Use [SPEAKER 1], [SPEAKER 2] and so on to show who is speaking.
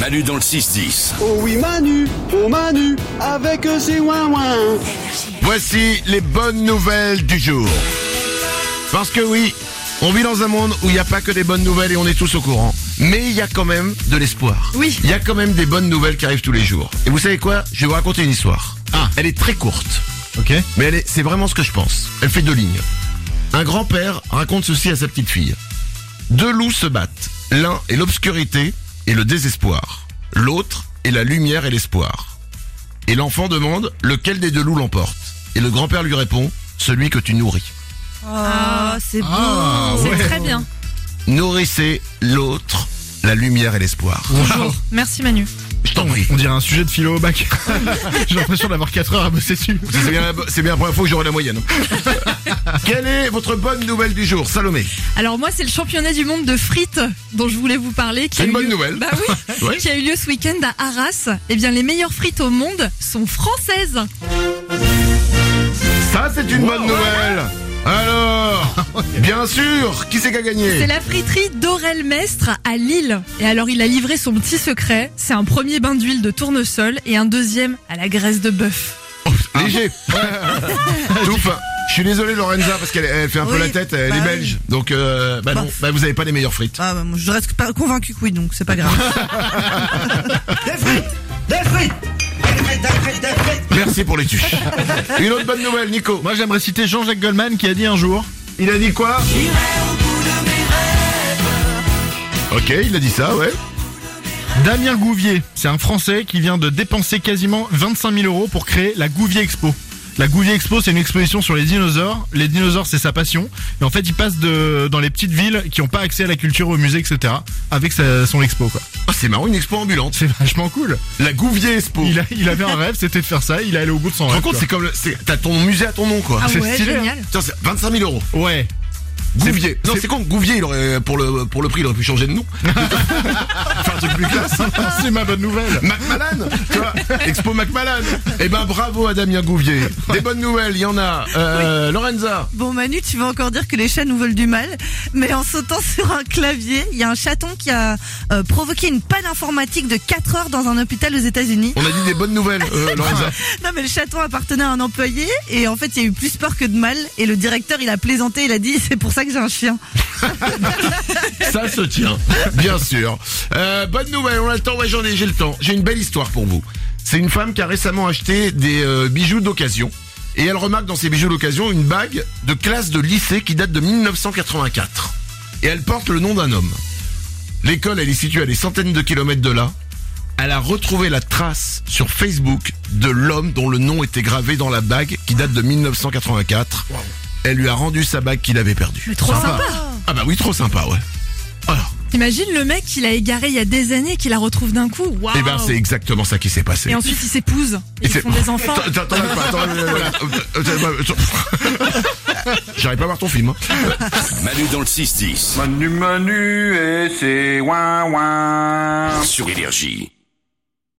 [SPEAKER 1] Manu dans le 6-10.
[SPEAKER 2] Oh oui Manu, oh Manu, avec euh, ses ouin-ouin.
[SPEAKER 3] Voici les bonnes nouvelles du jour. Parce que oui, on vit dans un monde où il n'y a pas que des bonnes nouvelles et on est tous au courant. Mais il y a quand même de l'espoir.
[SPEAKER 4] Oui.
[SPEAKER 3] Il y a quand même des bonnes nouvelles qui arrivent tous les jours. Et vous savez quoi Je vais vous raconter une histoire.
[SPEAKER 5] Ah.
[SPEAKER 3] Elle est très courte,
[SPEAKER 5] Ok.
[SPEAKER 3] mais elle est- c'est vraiment ce que je pense. Elle fait deux lignes. Un grand-père raconte ceci à sa petite fille. Deux loups se battent. L'un est l'obscurité et le désespoir. L'autre est la lumière et l'espoir. Et l'enfant demande lequel des deux loups l'emporte. Et le grand-père lui répond celui que tu nourris.
[SPEAKER 4] Ah, c'est beau.
[SPEAKER 5] Ah,
[SPEAKER 4] c'est
[SPEAKER 5] ouais.
[SPEAKER 4] très bien.
[SPEAKER 3] Nourrissez l'autre, la lumière et l'espoir.
[SPEAKER 5] Bonjour.
[SPEAKER 4] Merci Manu.
[SPEAKER 3] Je t'en prie.
[SPEAKER 5] On dirait un sujet de philo au bac. J'ai l'impression d'avoir 4 heures à bosser dessus.
[SPEAKER 3] C'est bien, c'est bien la première fois que j'aurai la moyenne. Quelle est votre bonne nouvelle du jour, Salomé
[SPEAKER 4] Alors moi, c'est le championnat du monde de frites dont je voulais vous parler. qui
[SPEAKER 3] C'est
[SPEAKER 4] a
[SPEAKER 3] une
[SPEAKER 4] eu
[SPEAKER 3] bonne
[SPEAKER 4] lieu-
[SPEAKER 3] nouvelle.
[SPEAKER 4] Bah oui,
[SPEAKER 3] Oui.
[SPEAKER 4] qui a eu lieu ce week-end à Arras. Eh bien, les meilleures frites au monde sont françaises.
[SPEAKER 3] Ça, c'est une bonne nouvelle. Alors, bien sûr, qui c'est qui a
[SPEAKER 4] C'est
[SPEAKER 3] gagné
[SPEAKER 4] la friterie d'Aurel Mestre à Lille. Et alors, il a livré son petit secret. C'est un premier bain d'huile de tournesol et un deuxième à la graisse de bœuf.
[SPEAKER 5] Ah.
[SPEAKER 3] Léger. Tout fin. Je suis désolé Lorenza parce qu'elle elle fait un peu
[SPEAKER 6] Oui,
[SPEAKER 3] la tête, elle
[SPEAKER 6] bah
[SPEAKER 3] est
[SPEAKER 6] oui.
[SPEAKER 3] belge. Donc euh, bah non,
[SPEAKER 6] Bof.
[SPEAKER 3] bah vous avez pas les meilleures frites.
[SPEAKER 6] Ah, bah, moi, je reste pas convaincu que oui, donc c'est pas grave.
[SPEAKER 2] Des frites, des frites, des frites, des frites, des frites.
[SPEAKER 3] Merci pour les tuches. Une autre bonne nouvelle, Nico.
[SPEAKER 5] Moi, j'aimerais citer Jean-Jacques Goldman qui a dit un jour.
[SPEAKER 3] Il a dit quoi Ok, il a dit ça, ouais.
[SPEAKER 5] Damien Gouvier, c'est un Français qui vient de dépenser quasiment 25 000 euros pour créer la Gouvier Expo. La Gouvier Expo, c'est une exposition sur les dinosaures. Les dinosaures, c'est sa passion. Et en fait, il passe de, dans les petites villes qui n'ont pas accès à la culture, au musée, etc. Avec sa- son expo, quoi.
[SPEAKER 3] Oh, c'est marrant, une expo ambulante.
[SPEAKER 5] C'est vachement cool.
[SPEAKER 3] La Gouvier Expo.
[SPEAKER 5] Il, a- il avait un rêve, c'était de faire ça. Il est allé au bout de son
[SPEAKER 3] Tu te
[SPEAKER 5] rêve.
[SPEAKER 3] rends compte, c'est comme le- c'est- t'as ton musée à ton nom quoi.
[SPEAKER 4] Ah
[SPEAKER 5] C'est
[SPEAKER 4] ouais,
[SPEAKER 5] stylé, hein.
[SPEAKER 4] génial.
[SPEAKER 3] Putain, c'est 25 000 euros.
[SPEAKER 5] quoi. Ouais.
[SPEAKER 3] Gouvier. Non,
[SPEAKER 5] c'est-
[SPEAKER 3] c'est con. Gouvier, il aurait pour le pour le prix, il aurait pu changer de nom. Faire un truc plus classe.
[SPEAKER 5] c'est ma bonne nouvelle.
[SPEAKER 3] Macmallan, tu vois, Expo Macmallan. Eh ben bravo à Damien Gouvier. Des bonnes nouvelles, il y en a. Euh, Lorenza.
[SPEAKER 6] Bon Manu, tu vas encore dire que les chats nous veulent du mal, mais en sautant sur un clavier, il y a un chaton qui a euh, provoqué une panne informatique de 4 heures dans un hôpital aux États-Unis.
[SPEAKER 3] On a dit des bonnes nouvelles, euh, Lorenza.
[SPEAKER 6] Non mais le chaton appartenait à un employé et en fait il y a eu plus peur que de mal et le directeur il a plaisanté, il a dit c'est pour ça que j'ai un chien.
[SPEAKER 3] Ça se tient, bien sûr. Euh, bonne nouvelle, on a le temps, ouais, j'en ai, j'ai le temps. J'ai une belle histoire pour vous. C'est une femme qui a récemment acheté des euh, bijoux d'occasion. Et elle remarque dans ces bijoux d'occasion une bague de classe de lycée qui date de 1984. Et elle porte le nom d'un homme. L'école, elle est située à des centaines de kilomètres de là. Elle a retrouvé la trace sur Facebook de l'homme dont le nom était gravé dans la bague qui date de 1984. Elle lui a rendu sa bague qu'il avait perdue.
[SPEAKER 4] Mais trop sympa.
[SPEAKER 3] Ah bah oui, trop sympa, ouais. Alors,
[SPEAKER 4] T'imagines le mec qu'il a égaré il y a des années, qu'il la retrouve d'un coup. Waouh.
[SPEAKER 3] Eh ben, c'est exactement ça qui s'est passé.
[SPEAKER 4] Et ensuite, ils s'épousent.
[SPEAKER 3] Et
[SPEAKER 4] Ils
[SPEAKER 3] c'est-
[SPEAKER 4] font des enfants.
[SPEAKER 3] T'en- t'en- t'en as pas, t'en as- voilà. Euh, t'as- J'arrive pas à voir ton film. hein.
[SPEAKER 1] Manu dans le 6-10.
[SPEAKER 7] Manu Manu et c'est eh, ouin ouin.
[SPEAKER 1] Sur Énergie.